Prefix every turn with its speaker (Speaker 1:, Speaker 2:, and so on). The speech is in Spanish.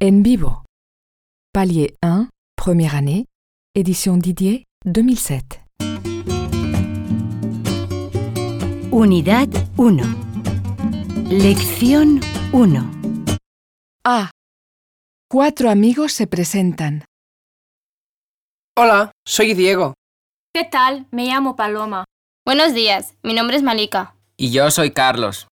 Speaker 1: En vivo. Palier 1, première année, édition Didier, 2007.
Speaker 2: Unidad 1. Lección 1.
Speaker 1: A. Ah. Cuatro amigos se presentan.
Speaker 3: Hola, soy Diego.
Speaker 4: ¿Qué tal? Me llamo Paloma.
Speaker 5: Buenos días, mi nombre es Malika.
Speaker 6: Y yo soy Carlos.